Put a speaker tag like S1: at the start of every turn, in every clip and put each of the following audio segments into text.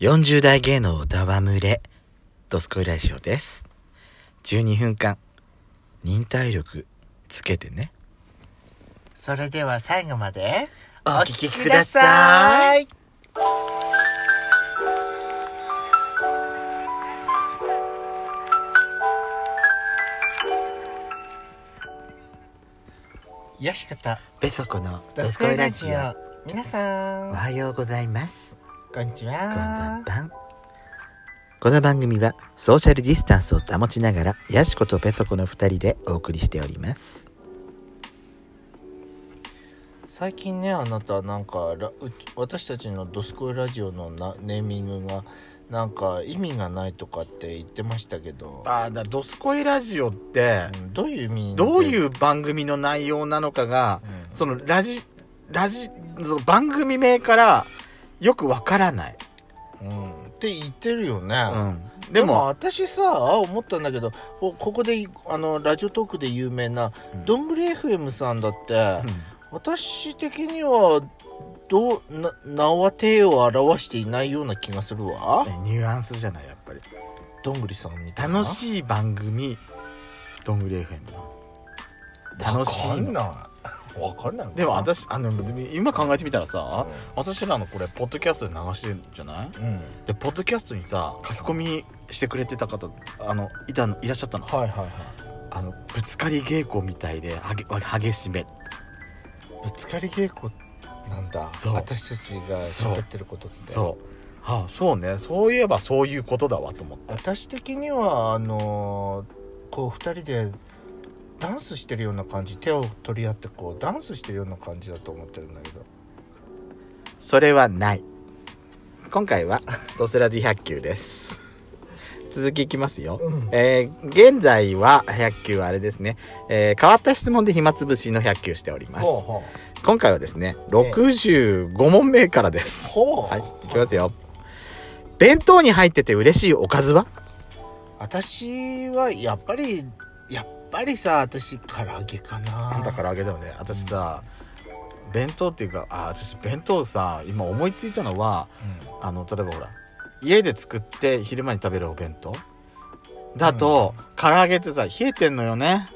S1: 40代芸能歌わむれ、ドスコイラジオです。12分間、忍耐力つけてね。
S2: それでは最後まで
S1: お聞きください。
S2: よしこと
S1: ベソコの
S2: ドスコイラジオ皆さん
S1: おはようございます
S2: こんにちは
S1: こんばんばんこの番組はソーシャルディスタンスを保ちながらヤシコとペソコの2人でお送りしております
S2: 最近ねあなたなんかラ私たちの「ドスコイラジオの」のネーミングがなんか意味がないとかって言ってましたけど
S1: ああだドスコイラジオって、
S2: うん、どういう意味
S1: どういう番組の内容なのかが、うん、そのラジラジその番組名からよくわからない、
S2: うん、って言ってるよね、
S1: うん、でも
S2: 私さ思ったんだけどここであのラジオトークで有名な、どんぐり FM さんだって、私的にはどうな名は手を表していないような気がするわ
S1: ニュアンスじゃないやっぱり
S2: どんぐりさんみた
S1: いな楽しい番組どんぐり FM の
S2: 楽しいわかんないわかんない
S1: でも私あの今考えてみたらさ、うん、私らのこれポッドキャストで流してるじゃない、うん、でポッドキャストにさ書き込みしてくれてた方あのいたいらっしゃったの
S2: はいはいはい
S1: あのぶつかり稽古みたいで激しめ
S2: ぶつかり稽古ってなんだ私たちが喋ってることって
S1: そうああそうねそういえばそういうことだわと思って
S2: 私的にはあのー、こう2人でダンスしてるような感じ手を取り合ってこうダンスしてるような感じだと思ってるんだけど
S1: それはない今回は 「ドスラジ100球」です続きいきますよ、うん、えー、現在は100球はあれですね、えー、変わった質問で暇つぶしの100球しておりますほう今回はですね65問目からです、えー、はいいきますよ弁当に入ってて嬉しいおかずは
S2: 私はやっぱりやっぱりさ私唐揚げかな
S1: あんた唐揚げだよね私さ、うん、弁当っていうかあ私弁当さ今思いついたのは、うん、あの例えばほら家で作って昼間に食べるお弁当だと、うん、唐揚げってさ冷えてんのよね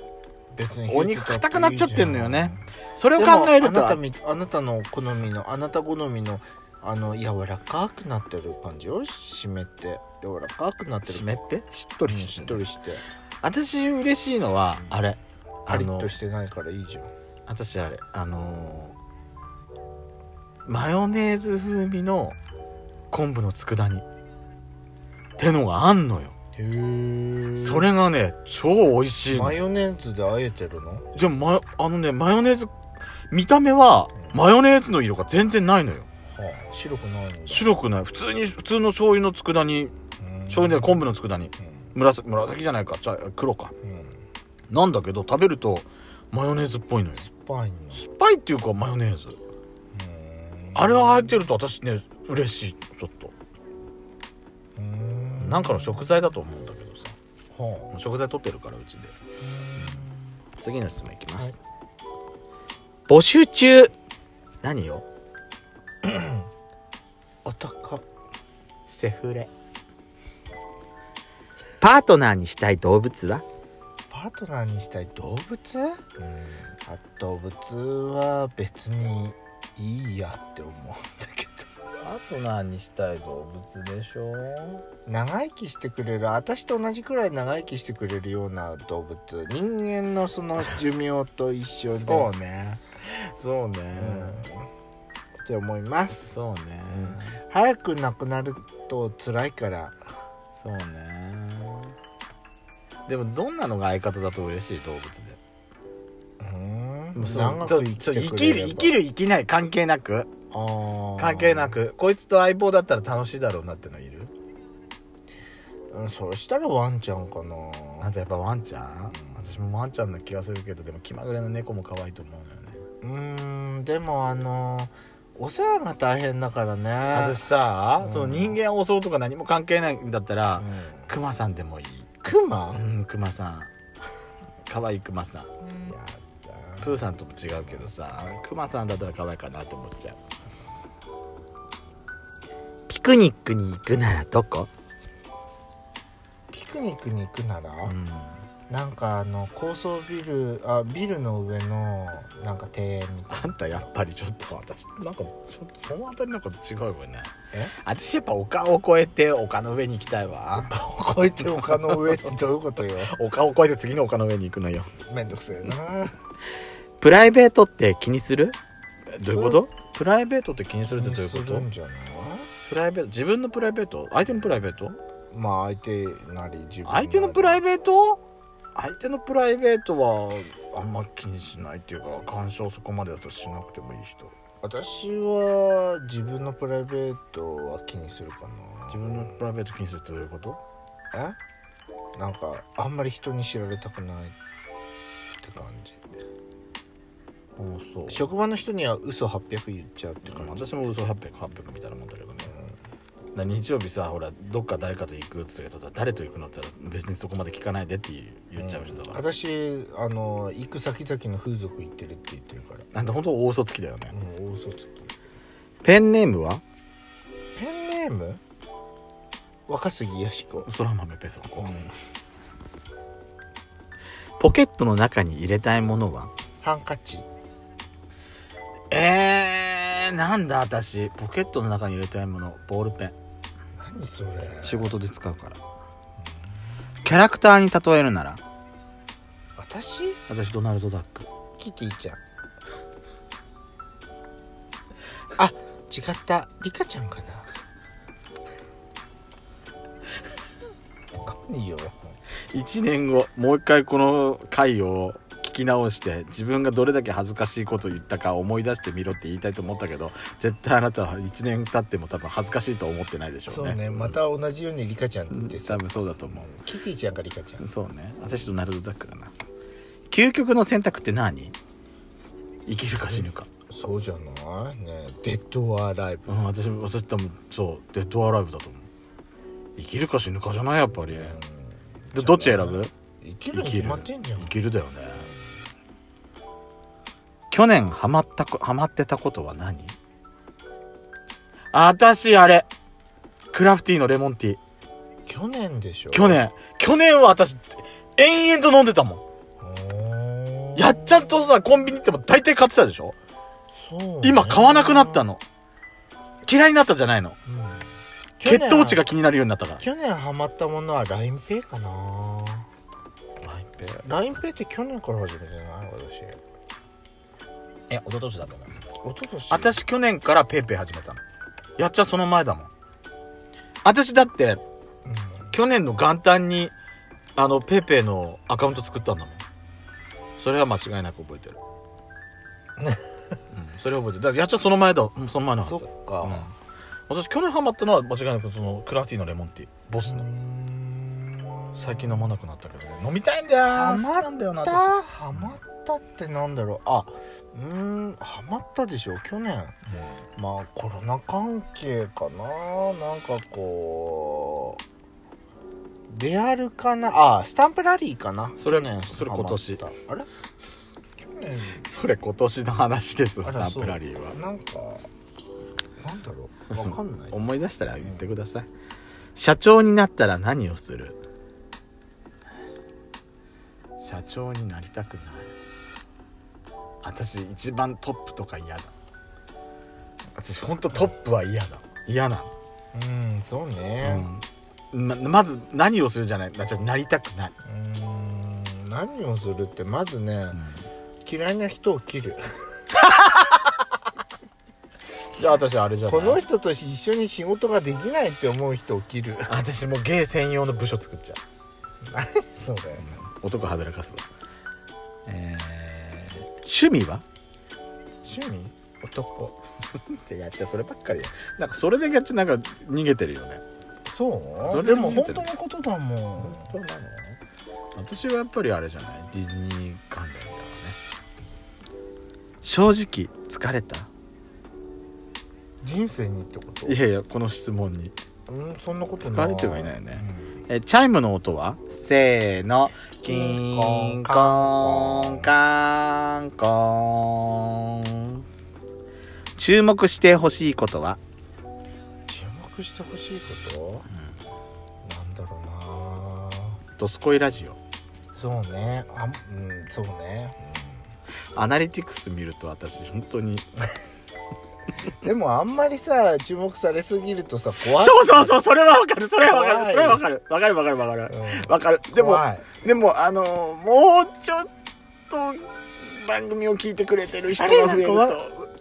S1: お肉硬くなっちゃってんのよねそれを考えると
S2: あなたの好みのあなた好みのあの柔らかくなってる感じを湿って柔らかくなってる
S1: 湿ってしっとり
S2: しっとりして
S1: 私嬉しいのは、あれ
S2: パリッとしてないからいいじゃん
S1: 私あれあのマヨネーズ風味の昆布の佃煮ってのがあんのよそれがね超美味しい
S2: マヨネーズであえてるの
S1: じゃあ,、ま、あのねマヨネーズ見た目はマヨネーズの色が全然ないのよ、
S2: はあ、白くない
S1: 白くない普通に普通の醤油の佃煮醤油で昆布の佃煮紫紫じゃないか茶黒かなんだけど食べるとマヨネーズっぽいのよ
S2: 酸っぱいの
S1: 酸っぱいっていうかマヨネーズあれが入ってると私ね嬉しいちょっとなんかの食材だと思うんだけどさ、はあ、食材取ってるからうちで、うん、次の質問いきます、はい、募集中何よ
S2: おたか
S1: セフレパートナーにしたい動物は
S2: パートナーにしたい動物、うん、あ動物は別にいいやって思うんだけど
S1: パートナーにしたい動物でしょ
S2: 長生きしてくれる私と同じくらい長生きしてくれるような動物人間のその寿命と一緒で
S1: そうねそうね、
S2: うん、って思います
S1: そうね、
S2: うん、早く亡くなると辛いから
S1: そうねでもどんなのが相方だと嬉しい動物で
S2: うん長く生
S1: き生きる生きる生きない関係なく関係なくこいつと相棒だったら楽しいだろうなってのいる
S2: うんそしたらワンちゃんかな
S1: あんたやっぱワンちゃん、うん、私もワンちゃんな気がするけどでも気まぐれの猫も可愛いと思
S2: うのよねうんでもあのー、お世話が大変だからね私
S1: さ、うん、その人間を襲うとか何も関係ないんだったら、うん、クマさんでもいい
S2: クマ
S1: うんクマさん可愛いクマさんプーさんとも違うけどさクマさんだったら可愛いかなと思っちゃうクニックに行くならどこ、
S2: ピクニックに行くなら、
S1: うん、
S2: なんかあの高層ビルあビルの上のなんか庭園みたいな
S1: あんたやっぱりちょっと私なんかちょっとそのあたりなんか違うよね
S2: え
S1: 私やっぱ丘を越えて丘の上に行きたいわ
S2: こうやって丘の上ってどういうことよ
S1: 丘を越えて次の丘の上に行くのよ
S2: めんどくせえな
S1: プライベートって気にするどういうことプライベートって気にするってどういうこ
S2: する
S1: と
S2: んじゃない
S1: プライベート自分のプライベート相手のプライベート
S2: まあ相手なり自分なり
S1: 相手のプライベート相手のプライベートはあんま気にしないっていうか干渉そこまで私しなくてもいい人
S2: 私は自分のプライベートは気にするかな
S1: 自分のプライベート気にするってどういうこと
S2: えなんかあんまり人に知られたくないって感じ
S1: そうそう
S2: 職場の人には嘘800言っちゃうって感じ、
S1: 私も嘘800800みたいなもんだけどねな日曜日さほらどっか誰かと行くっつってたら誰と行くのって言ったら別にそこまで聞かないでって言う言っちゃう人だから、
S2: 私あの行く先々の風俗行ってるって言ってるから
S1: なんて本当大嘘つきだよね
S2: もう大嘘つき
S1: ペンネームは
S2: ペンネーム若杉やしこ
S1: 空豆ペソコ、ポケットの中に入れたいものは
S2: ハンカチ
S1: えー、なんだ私ポケットの中に入れたいものボールペン
S2: 何それ
S1: 仕事で使うからキャラクターに例えるなら
S2: 私
S1: 私ドナルド・ダック
S2: キティちゃんあ違ったリカちゃんかな何よ
S1: 1年後もう一回この回を聞き直して自分がどれだけ恥ずかしいことを言ったか思い出してみろって言いたいと思ったけど絶対あなたは1年経っても多分恥ずかしいと思ってないでしょうね
S2: そうねまた同じようにリカちゃんって言って
S1: 多
S2: さ
S1: 分そうだと思
S2: キティちゃんかリカちゃん
S1: うそうね私とナルドダックだな究極の選択って何生きるか死ぬか
S2: そうじゃないねえデッドオアライブ
S1: うん私も私多分そうデッドアライブだと思う生きるか死ぬかじゃないやっぱりでどっち選ぶ
S2: 生きるに決まってんじゃん
S1: 生きるだよね去年ハマったこハマってたことは何あたしあれクラフティーのレモンティー
S2: 去年でしょ
S1: 去年去年は私延々と飲んでたもんやっちゃんとさコンビニ行っても大体買ってたでしょ今買わなくなった
S2: の、
S1: の嫌いになったんじゃないの
S2: うん
S1: 血糖値が気になるようになったから
S2: 去年ハマったものは LINEPay かな LINEPay って去年から始めてない私
S1: え一昨年だったから
S2: 一昨年
S1: 私去年からペイペイ始めたのやっちゃんその前だもん私だって
S2: うん
S1: 去年の元旦にあのペイペイのアカウント作ったんだもんそれは間違いなく覚えてる、うん、それは覚えてるだからやっちゃんその前だうんその前のはず
S2: そっか
S1: うん、私去年ハマったのは間違いなくそのクラフティーのレモンティーボス
S2: うー
S1: の、
S2: ん
S1: 最近飲まなくなったけどね飲みたいんだよ
S2: ハマった
S1: 好きなんだよな私
S2: ハマったってなんだろうあうーんハマったでしょ去年まあコロナ関係かななんかこう出歩かなあスタンプラリーかな
S1: それ
S2: 去年
S1: それ今年
S2: ハマったあれ去年
S1: それ今年の話です
S2: あ
S1: ス
S2: ら
S1: タンプラリーは
S2: そうなんかなんだろうわかんない
S1: 思い出したら言ってください、社長になったら何をする社長になりたくない私一番トップとか嫌だ私ほんとトップは嫌だ嫌な
S2: うんそうね
S1: の、うん、ままず何をするじゃないなじゃあなりたくない、
S2: うんん何をするってまずね、嫌いな人を切る
S1: じゃあ私あれじゃない
S2: この人と一緒に仕事ができないって思う人を切 る
S1: 私もうゲイ専用の部署作っちゃう
S2: 何それ
S1: 男はべらかすわえー、趣味は
S2: 趣味男
S1: ってやっちゃそればっかりだよなんかそれでやっちゃなんか逃げてるよね
S2: そう
S1: それ
S2: で
S1: で
S2: も
S1: 見えて
S2: 本
S1: る
S2: 当のことだもん
S1: 当なの私はやっぱりあれじゃないディズニー関連だわね正直疲れた
S2: 人生にってこと
S1: いやいやこの質問に
S2: うんそんなこと
S1: 疲れてはいないね
S2: うん
S1: えチャイムの音はせーのキ
S2: キン
S1: ンコ
S2: コ
S1: ン
S2: ン
S1: カンコン注目してほしいことは
S2: 注くしてほしいこと、なんだろう
S1: ドスコイラジオ
S2: なそうねあうんそうね
S1: アナリティクス見ると私本当に
S2: でもあんまりさ注目されすぎるとさ怖い
S1: そうそうそうそれはわかるそれはわかる
S2: 怖い
S1: それはわかるわかるわかるわかる
S2: うん
S1: わかるでも
S2: 怖い
S1: でもあのーもうちょっと番組を聞いてくれてる人
S2: あ
S1: が
S2: れ
S1: 増
S2: なん
S1: え
S2: かわ
S1: る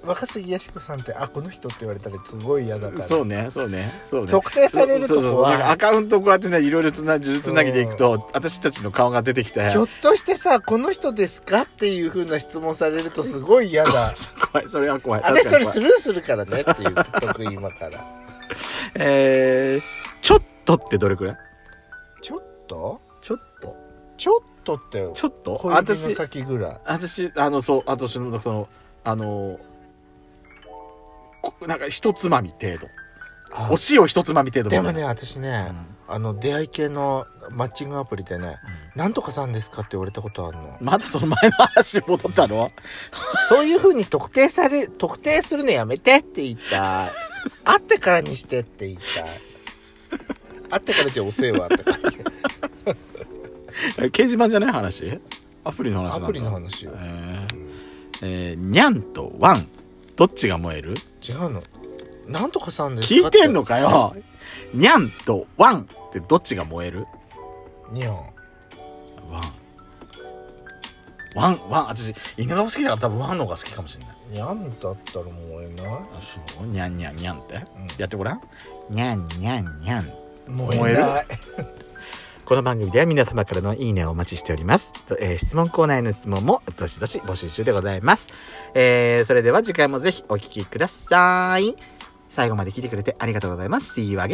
S2: 若杉やし子さんってあこの人って言われたらすごい嫌だから
S1: とそうねそうねそうね
S2: 特定されると
S1: そうそうそう
S2: 怖い
S1: なんかアカウントこうやってねいろいろつな呪術つなぎでいくと私たちの顔が出てきて
S2: ひょっとしてさこの人ですかっていう風な質問されるとすごい嫌だ
S1: 怖いそれは怖い
S2: あれそれ
S1: 確か
S2: ス
S1: に
S2: ルーするからねっていう得意今から
S1: 怖いえー、ちょっとってどれくらい
S2: ちょっと
S1: ちょっと
S2: ちょっとって
S1: ちょっ
S2: 小
S1: と
S2: 指の
S1: 私
S2: 先ぐらい
S1: 私あのそう私のそのあのこなんか一つまみ程度
S2: あ
S1: お塩一つまみ程度
S2: でもね私ね、あの出会い系のマッチングアプリでね
S1: う
S2: 「
S1: ん
S2: なんとかさんですか?」って言われたことあるの
S1: まだその前の話戻ったの
S2: そういう風に特定され特定するのやめてって言ったい会ってからにしてって言ったい会ってからじゃお世話って感じ
S1: え掲示板じゃない話アプリの話な
S2: ア
S1: んだ
S2: プリの話よ
S1: えーえーにゃんとワンどっちが燃える
S2: 違うのなんとかさんですか
S1: 聞いてんのかよにゃんとワンってどっちが燃える
S2: にゃん
S1: ワンワンワン私犬が好きだから多分ワンの方が好きかもしれない
S2: にゃんだったら燃えな
S1: あそうにゃんにゃんにゃんって
S2: うん
S1: やってごらんにゃんにゃんにゃん
S2: い
S1: 燃えないこの番組では皆様からのいいねをお待ちしております。とえー質問コーナーへの質問もどしどし募集中でございます。えーそれでは次回もぜひお聞きください。最後まで聞いてくれてありがとうございます。See you again!